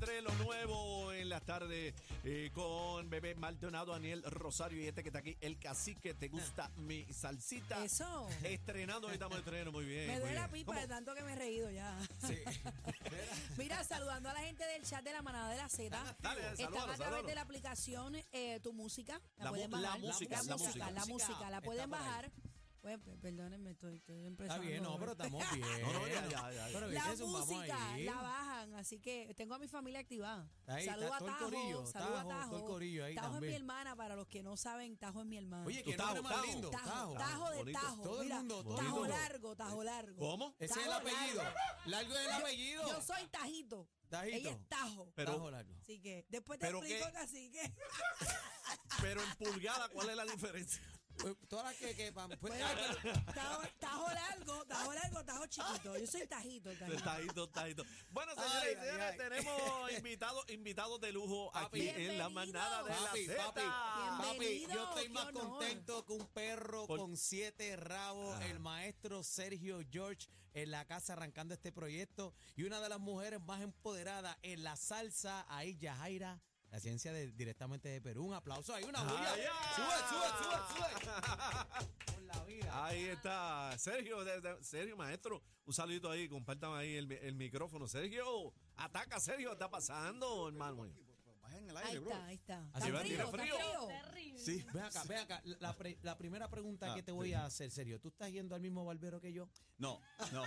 3, lo nuevo en las tardes eh, con Bebé Maldonado, Daniel Rosario y este que está aquí, el cacique, te gusta mi salsita. Eso. Estrenando, hoy estamos de estreno, muy bien. Me muy duele la bien. pipa de ¿Cómo? tanto que me he reído ya. Sí. Mira, saludando a la gente del chat de la manada de la Z. Dale, dale, Están salúdalo, a través salúdalo. de la aplicación eh, Tu Música. La, La pueden mu- bajar. la música, la la música, música. la música, la Está pueden por ahí. bajar. Bueno, pe- perdónenme, estoy, estoy Está empezando. bien, no, pero estamos bien. No, no, ya, ya, ya. Pero La viste, zumbamos música ahí. la bajan, así que tengo a mi familia activada. Ahí está Saludo a todo el Tajo, corillo, saludo a Tajo, Tajo. todo el corillo ahí Tajo es también. mi hermana, para los que no saben, Tajo es mi hermana. Oye, Tu que nombre Tajo, más Tajo. lindo. Tajo, Tajo. Tajo de bonito. Tajo. Todo el mira, mundo, todo el Tajo mundo. Eh, largo, Tajo largo. ¿Cómo? Ese es el Tajo apellido. largo. Largo es el apellido. Yo soy Tajito. Tajito. Ella es Tajo. Pero- Tajo largo. Así que después te ¿Pero explico qué? así que Pero en pulgada, ¿cuál es la diferencia? Eh, Todas las que... que pues, ay, pero- tajo, tajo largo, tajo largo, tajo chiquito. Yo soy tajito, el tajito. Tajito, tajito. Bueno, Ay, señores y ay, señores, ay. tenemos invitados, invitados de lujo aquí Papi. en la Bienvenido. manada de Papi, la Z. papi, papi, Bienvenido, yo estoy más qué honor. contento que un perro Por- con siete rabos, el maestro Sergio George en la casa arrancando este proyecto y una de las mujeres más empoderadas en la salsa, ahí Yajaira, la ciencia de, directamente de Perú. Un aplauso, ahí una bulla. Ay, ay. Sube, sube, sube, sube. Por la vida. Ahí está, Sergio, de- de- Sergio, maestro, un saludito ahí, compártame ahí el, mi- el micrófono. Sergio, ataca, Sergio, está pasando, hermano. Baja en el Ahí aire, bro. está, ahí está. Así Está va, frío, tiene está frío. frío. Terrible. Sí. Ve acá, ve acá. La, pre- la primera pregunta Ah, que te voy sí. a hacer, Sergio, ¿tú estás yendo al mismo barbero que yo? No, no.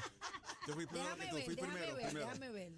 Yo fui primero Déjame que tú, ver, fui déjame primero, ver, primero. déjame ver.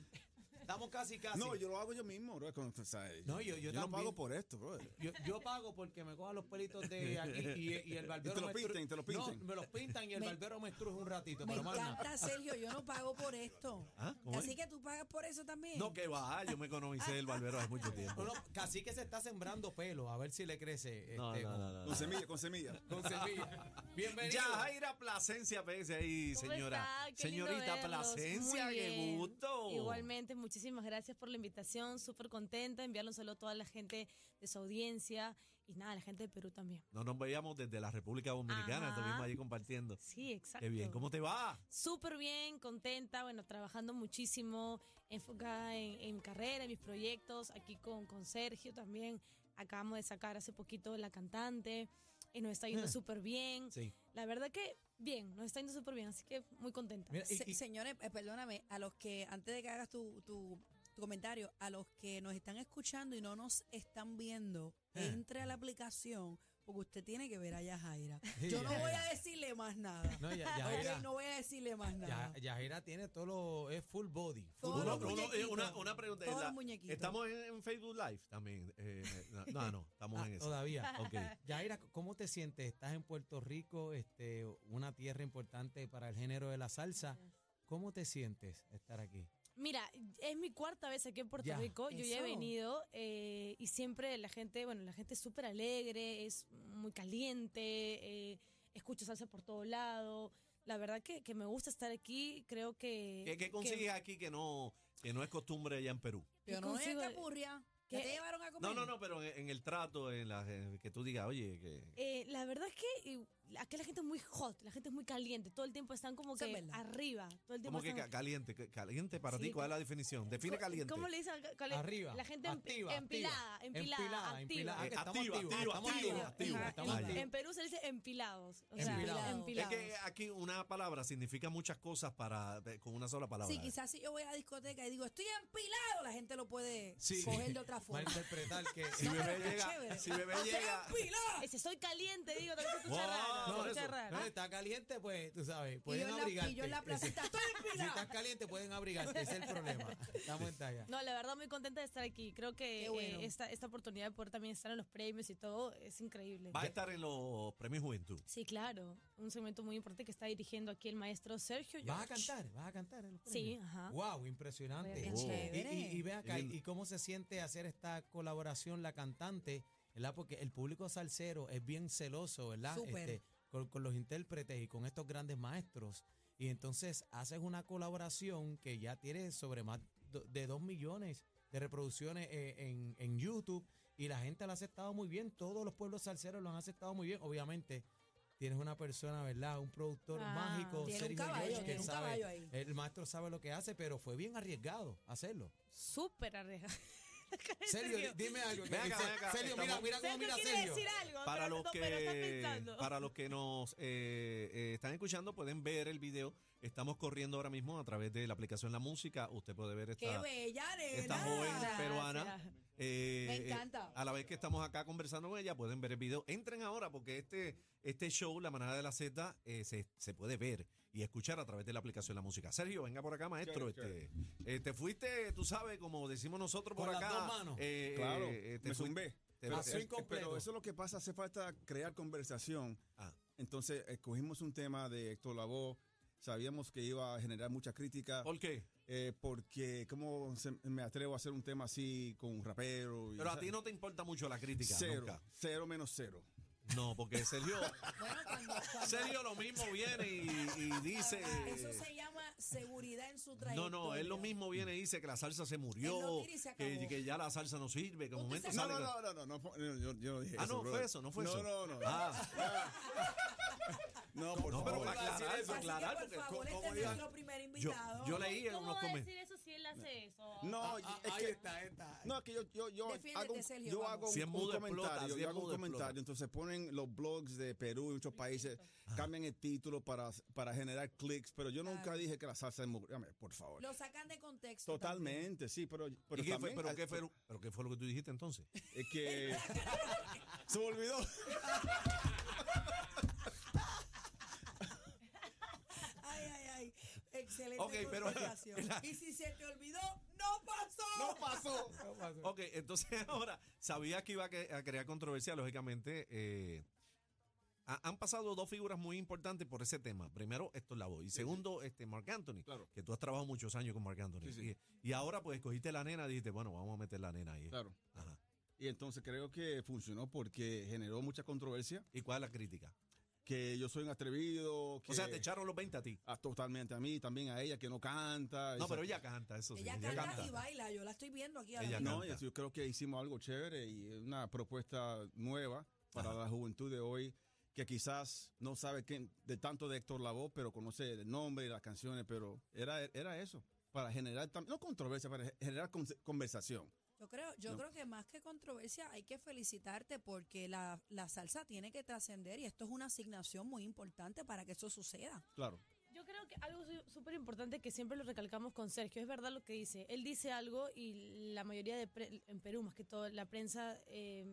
Estamos casi, casi. No, yo lo hago yo mismo, bro. con- o sea, No, yo- yo no también. pago por esto, bro. Yo, yo pago porque me cojan los pelitos de aquí y, y el barbero Y te los me estru- pinten, te los pinten. No, me los pintan y el Me- barbero me estruje un ratito, Me pero más nada. encanta, Sergio. Yo no pago por esto. Ah, ¿cómo Así es? que tú pagas por eso también. No, que va, yo me economicé el barbero hace mucho tiempo. Uno- casi que se está sembrando pelo, a ver si le crece. No, este, no, con- no, no, no. Con semilla, con semilla. Eh, Con semilla. Bienvenido. Ya, Jaira Plasencia, pese ahí, ¿Cómo señora. está? Qué lindo Señorita verlos. Plasencia, Muy qué bien. gusto. Igualmente, muchísimas gracias por la invitación. Súper contenta. Enviarle un saludo a toda la gente de su audiencia y nada, a la gente de Perú también. No nos veíamos desde la República Dominicana, Ajá. estuvimos allí compartiendo. Sí, exacto. Qué bien, ¿cómo te va? Súper bien, contenta, bueno, trabajando muchísimo, enfocada en, en mi carrera, en mis proyectos, aquí con, con Sergio también. Acabamos de sacar hace poquito La Cantante y nos está Ah. yendo súper bien. Sí. La verdad que bien, nos está yendo súper bien, así que muy contenta. Mira, y- Se- y- señores, eh, perdóname, a los que, antes de que hagas tu, tu- tu comentario, a los que nos están escuchando y no nos están viendo, Ah. entre a la aplicación porque usted tiene que ver a Yajaira. Sí, Yo no Yajaira. voy a decirle más nada. No, ya- Ok, Yajaira. no voy a decirle más nada. Ya- Yajaira tiene todo lo. Es full body. full Todos Uno- los uno- eh, muñequitos. una, una pregunta. Todos la- los muñequitos. Estamos en, en Facebook Live también. eh, no, no, estamos Ah, en eso. todavía. Ok. Yaira, ¿cómo te sientes? Estás en Puerto Rico, este, una tierra importante para el género de la salsa. ¿Cómo te sientes estar aquí? Mira, es mi cuarta vez aquí en Puerto Ya. Rico. Yo ya he Eso. venido eh, y siempre la gente, bueno, la gente es súper alegre, es muy caliente, eh, escucho salsa por todo lado. La verdad que, que me gusta estar aquí. Creo que. ¿Qué, qué consigues aquí que no, que no es costumbre allá en Perú? Pero Yo no es consigo- capurria. ¿Qué ¿Qué? te llevaron a comer? No, no, no, pero en, en el trato, en la, en que tú digas, oye, que... Eh, la verdad es que eh, aquí la gente es muy hot, la gente es muy caliente. Todo el tiempo están como Eso es que verdad. arriba. Todo el tiempo ¿Cómo que están- ca- caliente? Que- ¿Caliente para Sí, ti? ¿Cuál es co- la definición? Define Co- caliente. ¿Cómo le dicen? acá? ¿Cuál es? Arriba. La gente empi- activa, empilada, activa. empilada, activa. empilada. Ah, que estamos Activa, activos, activa, estamos activa, activa. activos, activos, estamos Ajá. activos. En Perú se dice empilados. O sea, Empilados. empilados. Eh, ah, es que aquí una palabra significa muchas cosas para de- con una sola palabra. Sí, quizás si yo voy a la discoteca y digo, estoy empilado, la gente lo puede Sí. coger de otra forma. Malinterpretar que. Si No, pero bebé qué llega- chévere. si bebé ¡Estoy llega- empilado! Ese soy caliente, digo, también se escucha Wow, raro. por Se escucha eso. raro. No, está caliente, pues, tú sabes, Y yo, pueden en la, abrigarte. y yo en la placita estoy Si empilado. estás caliente, pueden abrigarte, ese es el problema. Estamos en talla. No, la verdad, muy contenta de estar aquí. Creo que Qué bueno. eh, esta, esta oportunidad de poder también estar en los premios y todo es increíble. Va a estar en los premios Juventud. Sí, claro. Un segmento muy importante que está dirigiendo aquí el maestro Sergio. ¿Vas a George. cantar? ¿Vas a cantar en los Sí, premios? ajá. Wow, impresionante. Qué Wow. chévere. Y, y, y ve acá, Qué lindo. ¿y cómo se siente hacer esta colaboración la cantante? ¿Verdad? Porque el público salsero es bien celoso, ¿verdad? Este, Súper. con, con los intérpretes y con estos grandes maestros. Y entonces haces una colaboración que ya tiene sobre más do- de 2 millones de reproducciones eh, en, en YouTube y la gente la ha aceptado muy bien, todos los pueblos salseros lo han aceptado muy bien, obviamente. tienes una persona, ¿verdad? Un productor Ah, mágico, tiene un Sergio caballo, George, que tiene un sabe. caballo ahí. El maestro sabe lo que hace, pero fue bien arriesgado hacerlo. Súper arriesgado. Sergio, dime algo. que Ven acá, dice- ven acá, Sergio, mira, estamos- mira cómo Sergio mira quiere Sergio. decir algo, Para pero, los no- pero está que, pensando. para los que nos eh, eh, están escuchando, pueden ver el video. Estamos corriendo ahora mismo a través de la aplicación La Música. Usted puede ver ¡Qué esta, bella nena! esta Ah, joven Gracias. peruana. eh, Me eh, encanta. a la vez que estamos acá conversando con ella, pueden ver el video. Entren ahora porque este, este show, La Manada de la Z, eh, se, se puede ver y escuchar a través de la aplicación La Música. Sergio, venga por acá, maestro. Chévere, este, eh, te fuiste, tú sabes, como decimos nosotros Con por las acá. dos manos. eh, Claro, eh, te fuiste- me zumbé. te- Ah, Pero, te- soy es- incompleto. pero eso es lo que pasa, hace falta crear conversación. Ah. Entonces, escogimos un tema de Héctor Lavoe. Sabíamos que iba a generar mucha crítica ¿Por qué? eh, porque cómo se- me atrevo a hacer un tema así con un rapero. y- Pero a ti no te importa mucho la crítica. Cero, Nunca. cero menos cero. No, porque Sergio, Bueno, cuando, cuando- Sergio lo mismo viene y, y dice. Ah, eh, Eso se llama seguridad en su No, trayectoria. no, él lo mismo viene y dice que la salsa se Él lo murió, tira y se acabó. que, que ya la salsa no sirve, que un Usted momento se No, sale no, con- no, no, no, no, fue- no, yo, yo no dije Ah, eso. no, fue brother. eso, no fue eso. No, no, no. Ah, No, por no, pero favor. para aclarar, Así para aclarar, que, porque por favor, co- este como es digan, nuestro primer yo, invitado. yo leí en ¿Cómo unos va a comentarios. decir eso si él hace eso? No, Ah, ah, es ahí que está, ahí está. No, es que yo, yo, yo Defiéndete, hago, un- Sergio, yo vamos. hago un, Si es un mudo, comentario, explota, si es yo hago mudo, un comentario. explota. Entonces ponen los blogs de Perú y muchos países, cambian el título para, para generar clics, pero yo nunca Claro. dije que la salsa es mugre. Dame, Por favor. Lo sacan de contexto. Totalmente, sí, pero, pero ¿Y qué fue- también- pero, qué fue, lo- pero qué fue lo que tú dijiste entonces? Es que se me olvidó. también. Ay, ay, ay. Excelente. Ok, pero- contestación. la- Y si se te olvidó, no pasó. No pasó. Ok, entonces ahora, sabía que iba a, cre- a crear controversia, lógicamente. eh, ha- han pasado dos figuras muy importantes por ese tema. Primero, Héctor Lavoe. Y segundo, este Mark Anthony. Claro. Que tú has trabajado muchos años con Mark Anthony. Sí, sí. Y, y ahora, pues, cogiste la nena y dijiste, bueno, vamos a meter la nena ahí. Claro. Ajá. Y entonces creo que funcionó porque generó mucha controversia, ¿Y cuál es la crítica? que yo soy un atrevido, que O sea, te echaron los 20 a ti. Ah, totalmente a mí, también a ella que no canta. No, Esa- pero ella canta, eso sí. Ella canta y baila. Yo la estoy viendo aquí. ahora Ella mismo. No, canta. yo creo que hicimos algo chévere y una propuesta nueva para la juventud de hoy que quizás no sabe quién- de tanto de Héctor Lavoe, pero conoce el nombre y las canciones, pero era, era eso, para generar, tam- no controversia, para generar con- conversación. Yo creo, yo No. creo que más que controversia hay que felicitarte porque la, la salsa tiene que trascender y esto es una asignación muy importante para que eso suceda. Claro. Yo creo que algo su- súper importante que siempre lo recalcamos con Sergio, es verdad lo que dice. Él dice algo y la mayoría de, pre- en Perú más que todo, la prensa eh,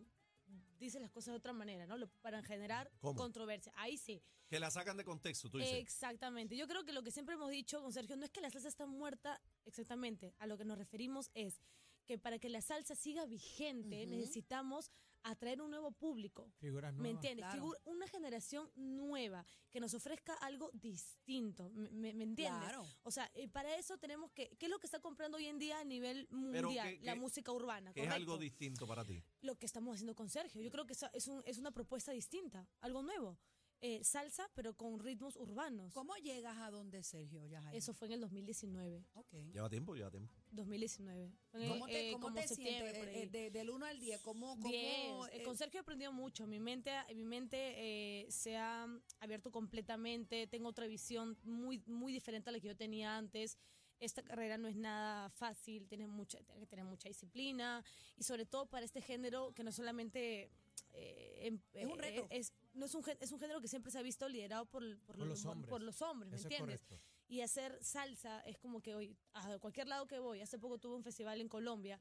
dice las cosas de otra manera, ¿no? Lo- para generar ¿Cómo? controversia. Ahí sí. Que la sacan de contexto, tú dices. Exactamente. Yo creo que lo que siempre hemos dicho con Sergio no es que la salsa está muerta, exactamente. A lo que nos referimos es que para que la salsa siga vigente Ujú. necesitamos atraer un nuevo público. Figuras ¿Me nuevas. entiendes? Claro. Figur- una generación nueva que nos ofrezca algo distinto. ¿Me, me- me entiendes? Claro. O sea, eh, para eso tenemos que. ¿Qué es lo que está comprando hoy en día a nivel Pero mundial? que- la que- música urbana. Que es algo Mm. correcto. distinto para ti. Lo que estamos haciendo con Sergio. Yo creo que esa es, un- es una propuesta distinta, algo nuevo. Eh, salsa, pero con ritmos urbanos. ¿Cómo llegas a donde Sergio? Yajaira? Eso fue en el 2019. Ok. Lleva tiempo, lleva tiempo. 2019. Fue en, ¿Cómo te, eh, cómo como te septiembre, sientes? por Eh, ahí. eh, de- del 1 al 10, ¿cómo, cómo, Diez. Eh, eh, con Sergio he aprendido mucho. Mi mente, ha- mi mente eh, se ha abierto completamente. Tengo otra visión muy, muy diferente a la que yo tenía antes. Esta carrera no es nada fácil, tienes mucha, tienes que tener mucha disciplina y sobre todo para este género que no solamente eh, em- Es un reto. eh, es- no es un gen- es un género que siempre se ha visto liderado por, por, Por los hombres. por los hombres, ¿me Eso es entiendes? correcto. y hacer salsa es como que hoy, a cualquier lado que voy, hace poco tuve un festival en Colombia.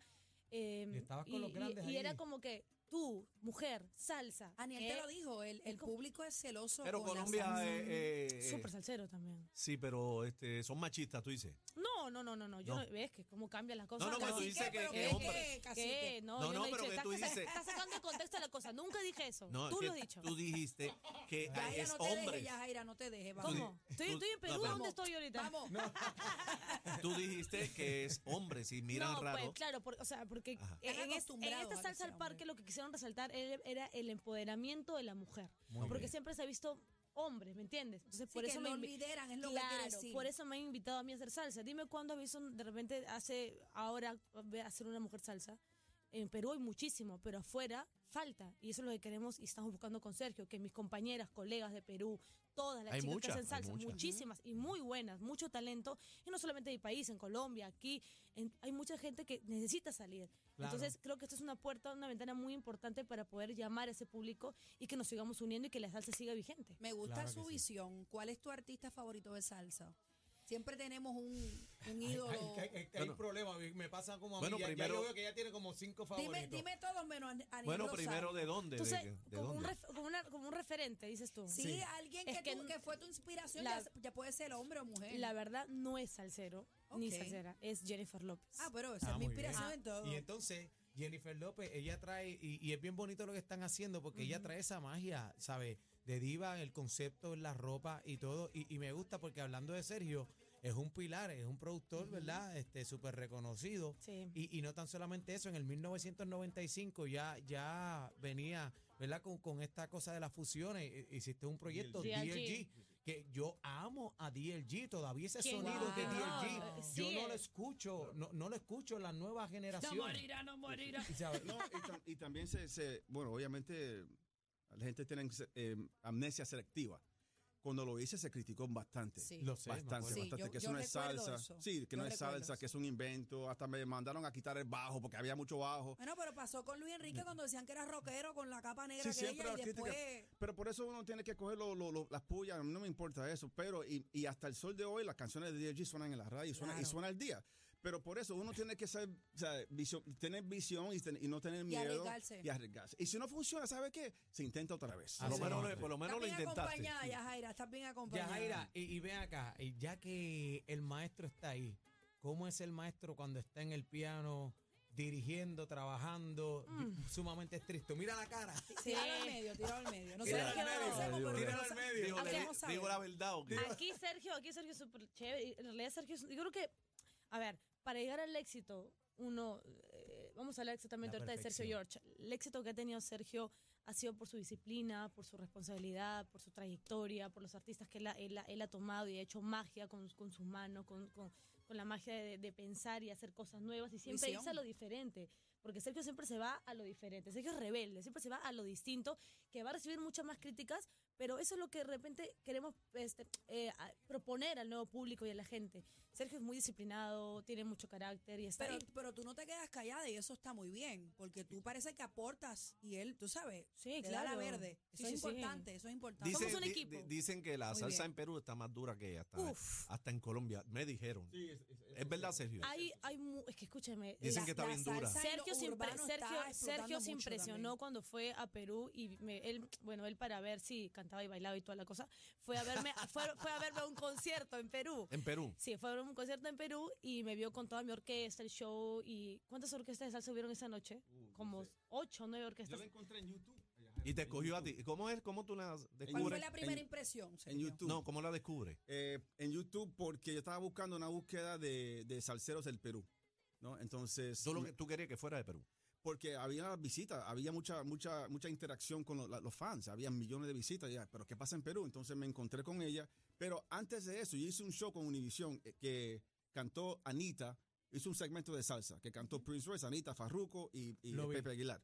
eh, Y estabas con los grandes y era ahí. como que tú, mujer, salsa. Aniel te ¿qué? lo dijo, el, el Es como- público es celoso. Pero con la Colombia salsa. eh, eh, eh, Súper salsero también. Sí, pero este, son machistas, tú dices. No, no, no, no, no. Yo No. no- ves que cómo cambian las cosas. no, pero tú Cacique, dices que- pero que ¿qué, hombre- qué, ¿Qué? cacique? No, No, yo no, he pero dicho, que estás, tú estás- dices- estás sacando de contexto la cosa. Nunca dije eso. No, tú que lo has dicho. Tú dijiste que hay- Yajaira, es no te hombre. dejes, Yajaira, no te dejes. Vamos. ¿Cómo? tú- Estoy, estoy en Perú. pero- ¿Dónde estoy ahorita? Vamos. Tú dijiste que es hombre, si miran no, raro. pues claro, por- o sea, porque Ajá. Están en, en es- en acostumbrados a esta que salsa sea al parque hombre. lo que quisieron resaltar era era el empoderamiento de la mujer. Muy porque bien. siempre se ha visto hombres, ¿me entiendes? Entonces, Sí, por que eso me no invi- lideran, es lo que quiere Claro, decir. por eso me han invitado a mí a hacer salsa. Dime cuándo aviso de repente hace ahora ve a hacer una mujer salsa. en Perú hay muchísimo, pero afuera falta. Y eso es lo que queremos y estamos buscando con Sergio, que mis compañeras, colegas de Perú, todas las Hay chicas muchas, que hacen hay salsa, muchas. muchísimas y muy buenas, mucho talento. Y no solamente en mi país, en Colombia, aquí, en- hay mucha gente que necesita salir. Claro. Entonces creo que esto es una puerta, una ventana muy importante para poder llamar a ese público y que nos sigamos uniendo y que la salsa siga vigente. Me gusta Claro que su sí. visión. ¿Cuál es tu artista favorito de salsa? Siempre tenemos un, un ídolo. Hay, hay- hay Bueno. problema, me pasa como a Bueno, mí. ya- ya primero- yo veo que ella tiene como cinco favoritos. Dime, dime todos menos a- a Bueno, primero, ¿de dónde? Entonces, ¿De, de como, un dónde? ref- como una- como un referente, dices tú. Sí, Sí. alguien Es que, que tú- n- que fue tu inspiración, la- ya, ya puede ser hombre o mujer. La verdad no es salsero ni Ok. salsera, es Jennifer López. ah, pero esa Ah, es mi muy bien. inspiración Ah, en todo. Y este, entonces, Jennifer López, ella trae, y, y es bien bonito lo que están haciendo, porque ella trae esa magia, ¿sabes? De diva, el concepto, en la ropa y todo. Y, y me gusta porque hablando de Sergio, es un pilar, es un productor, ¿verdad? Este, súper reconocido. sí. Y, y no tan solamente eso, en el 1995 ya, ya venía, ¿verdad? Con, con esta cosa de las fusiones, eh, hiciste un proyecto DLG. DLG, que yo amo a DLG, todavía ese ¿Quién sonido no? de Ah, DLG, no, yo sí no lo es. escucho, no, no lo escucho en las nuevas generaciones. no Y sabe- No, y, tam- y también se, se- bueno, obviamente la gente tiene eh, amnesia selectiva. Cuando lo hice se criticó bastante. Sí. Lo sé, me Bastante, acuerdo. Sí, bastante, yo- yo que eso no es recuerdo salsa. eso. Sí, Yo que no es recuerdo salsa, eso. que es un invento. Hasta me mandaron a quitar el bajo porque había mucho bajo. Bueno, pero pasó con Luis Enrique cuando decían que era rockero con la capa negra Sí, que siempre ella y las críticas. después... Pero por eso uno tiene que coger lo- lo- lo- las pullas, no me importa eso. Pero, y, y hasta el sol de hoy, las canciones de DLG suenan en la radio y suenan, y Claro. suenan al día. Pero por eso uno tiene que ser, o sea, visio- tener visión y, ten- y no tener miedo. arriesgarse. Y arriesgarse. Y si no funciona, ¿sabe qué? Se intenta otra vez. Por Ah, lo Así menos es. lo- por lo menos Estás lo bien intentaste. acompañada, Yajaira, estás bien acompañada. Yajaira, y, y ven acá, y ya que el maestro está ahí, ¿cómo es el maestro cuando está en el piano dirigiendo, trabajando, di- sumamente estricto? Mira la cara. Tíralo al medio, tíralo al medio. No sé Tíralo de qué al lo medio, hacemos, Dios. pero Tíralo no al sé- medio. Digo, le- Hablemos digo ahora. la verdad. ¿o qué? Aquí Sergio, aquí Sergio es súper chévere. En realidad Sergio, es- yo creo que, a ver, para llegar al éxito, uno, eh, vamos a hablar exactamente La ahorita de Sergio perfección. George. El éxito que ha tenido Sergio ha sido por su disciplina, por su responsabilidad, por su trayectoria, por los artistas que él, ha- él ha- él ha tomado y ha hecho magia con, con sus manos, con, con- con la magia de, de pensar y hacer cosas nuevas y siempre Visión. irse a lo diferente. Porque Sergio siempre se va a lo diferente, Sergio es rebelde, siempre se va a lo distinto, que va a recibir muchas más críticas, pero eso es lo que de repente queremos este, eh, a- proponer al nuevo público y a la gente. Sergio es muy disciplinado, tiene mucho carácter y está Pero, ahí. pero tú no te quedas callada y eso está muy bien, porque tú parece que aportas y él, tú sabes, Sí, te da la verde. Eso Sí, es sí, sí. importante, eso es importante. Dice- Somos un di- equipo. Uh, di- dicen que la Muy salsa bien. en Perú está más dura que hasta, Uf. hasta en Colombia. Me dijeron. es verdad, Sergio. Hay, hay, mu- es que escúchame, Dicen la- que está bien dura. Sergio, se, impre- Sergio- Sergio se impresionó impresionó cuando fue a Perú y me- él, bueno, él para ver si cantaba y bailaba y toda la cosa, fue a verme, fue, fue a verme a un concierto en Perú. En Perú. Sí, fue a un concierto en Perú y me vio con toda mi orquesta, el show y ¿cuántas orquestas de salsa hubieron esa noche? Uh, Como ocho o nueve orquestas. encontré en YouTube. Y te escogió a ti. ¿Cómo es? ¿Cómo tú la ¿Cuál fue descubres? la primera en- impresión? En Sergio? YouTube. No, ¿cómo la descubres? Eh, en YouTube porque yo estaba buscando una búsqueda de, de salseros del Perú. ¿no? Entonces, Tú, lo que, tú querías que fuera de Perú. porque había visitas, había mucha mucha mucha interacción con lo- la- los fans, había millones de visitas, ya, pero ¿qué pasa en Perú? Entonces me encontré con ella, pero antes de eso yo hice un show con Univision eh, que cantó Anita, hizo un segmento de salsa que cantó Prince Royce, Anita, Farruko y, y Lo vi. Pepe Aguilar.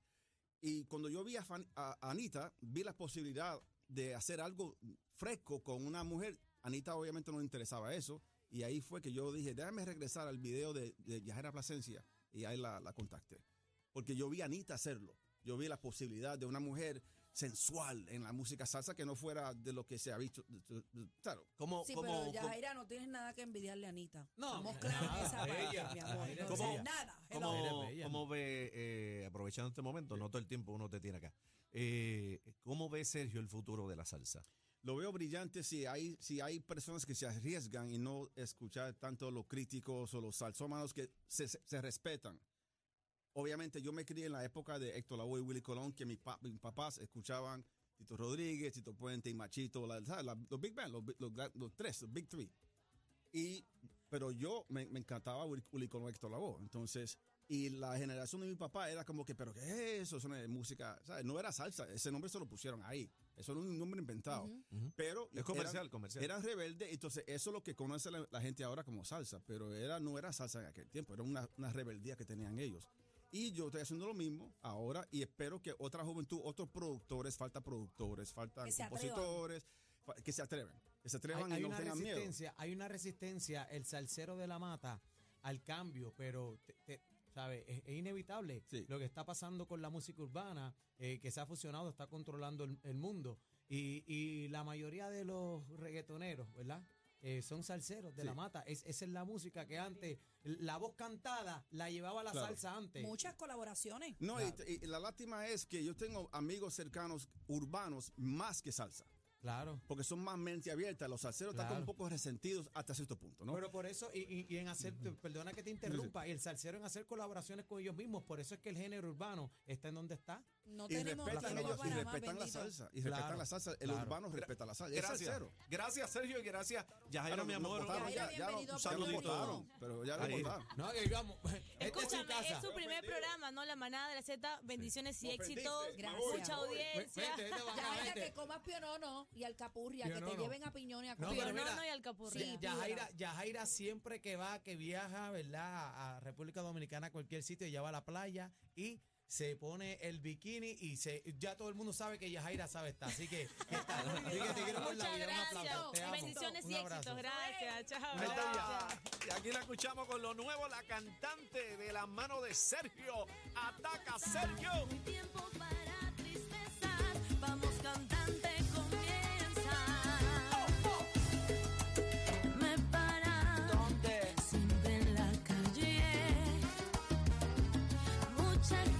Y cuando yo vi a, Fan- a- a Anita, vi la posibilidad de hacer algo fresco con una mujer. Anita obviamente no le interesaba eso. Y ahí fue que yo dije, déjame regresar al video de, de Yajera Plasencia. Y ahí la, la contacté. Porque yo vi a Anita hacerlo. Yo vi la posibilidad de una mujer sensual en la música salsa que no fuera de lo que se ha visto. Claro, ¿Cómo, Sí, cómo, pero cómo- Yajaira, no tienes nada que envidiarle a Anita. No, Estamos no, claros en nada, esa ella, parte, mi amor. Yajaira es Entonces, bella. nada. hello. ¿Cómo, Eres bella, cómo ve, eh, aprovechando este momento, no todo el tiempo uno te tiene acá, eh, ¿cómo ve Sergio el futuro de la salsa? Lo veo brillante si hay, si hay personas que se arriesgan y no escuchar tanto los críticos o los salsómanos que se, se- se respetan. Obviamente yo me crié en la época de Héctor Lavoe y Willy Colón, que mis, pa- mis papás escuchaban Tito Rodríguez, Tito Puente y Machito, la- ¿sabes? La- los Big Band, los, bi- los gra- los tres, los Big Three. Y, pero yo me, me encantaba Willy, Willy Colón y Héctor Lavoe. Entonces, y la generación de mi papá era como que, pero ¿qué es eso? Eso no es música, ¿sabes? No era salsa, ese nombre se lo pusieron ahí. Eso no es un nombre inventado Ujú. pero Es comercial, comercial. eran, eran rebeldes, entonces eso es lo que conoce la, la gente ahora como salsa, pero era no era salsa en aquel tiempo, era una, una rebeldía que tenían ellos. Y yo estoy haciendo lo mismo ahora y espero que otra juventud, otros productores, falta productores, falta Que se atrevan. compositores, fa- que se atreven, que se Hay, atrevan hay y no una tengan miedo. resistencia, hay una resistencia, el salsero de la mata al cambio, pero te- te- ¿sabe? Es, es inevitable Sí. lo que está pasando con la música urbana, eh, que se ha fusionado, está controlando el, el mundo. Y, y la mayoría de los reggaetoneros, ¿verdad? Eh, son salseros de Sí. la mata. Es, esa es la música que antes, la voz cantada la llevaba la Claro. salsa antes. Muchas colaboraciones. No, y Claro. t- y la lástima es que yo tengo amigos cercanos urbanos más que salsa, Claro. porque son más mente abierta. Los salseros están Claro. como un poco resentidos hasta cierto punto, ¿no? Pero por eso, y, y- y en hacer, perdona que te interrumpa, y el salsero en hacer colaboraciones con ellos mismos, por eso es que el género urbano está en donde está. No y tenemos respetan, tiempo ellos, y para más, respetan la bendito. salsa, y Claro, respetan la salsa. El claro. urbano respeta la salsa. Es Gracias. salsero. Gracias, Sergio, y gracias. Yajaira, Ahora mi nos amor. votaron, Yajaira, ya- ya lo- bienvenido a ya lo Puerto Rico. votaron, pero ya lo Ahí. votaron. No, que digamos, esta es su Escúchame, es casa. su primer programa, ¿no? La manada de la Z, bendiciones y Me éxitos, ofendiste, me voy, mucha me voy. audiencia. Vente, vente, Ya, vaca, mira, que vente. comas pionono y alcapurria, que te Pionono. lleven a piñón y a No, cupido. pero Pero mira, no, no, y alcapurria. Sí, Yajaira, Yajaira siempre que va, que viaja, ¿verdad? A, a República Dominicana, a cualquier sitio, ella va a la playa y se pone el bikini y se ya todo el mundo sabe que Yajaira sabe está. Así que, que está. Así que te quiero por la Muchas vida. Un aplauso. Te gracias. amo. Bendiciones Un y abrazo. éxitos. Gracias. Chao. Ahí está gracias. ya. Y aquí la escuchamos con lo nuevo, la cantante de la mano de Sergio. Ataca Sergio. Un tiempo para tristezas, vamos cantante, Oh, comienza. Me para siempre en la calle. Mucha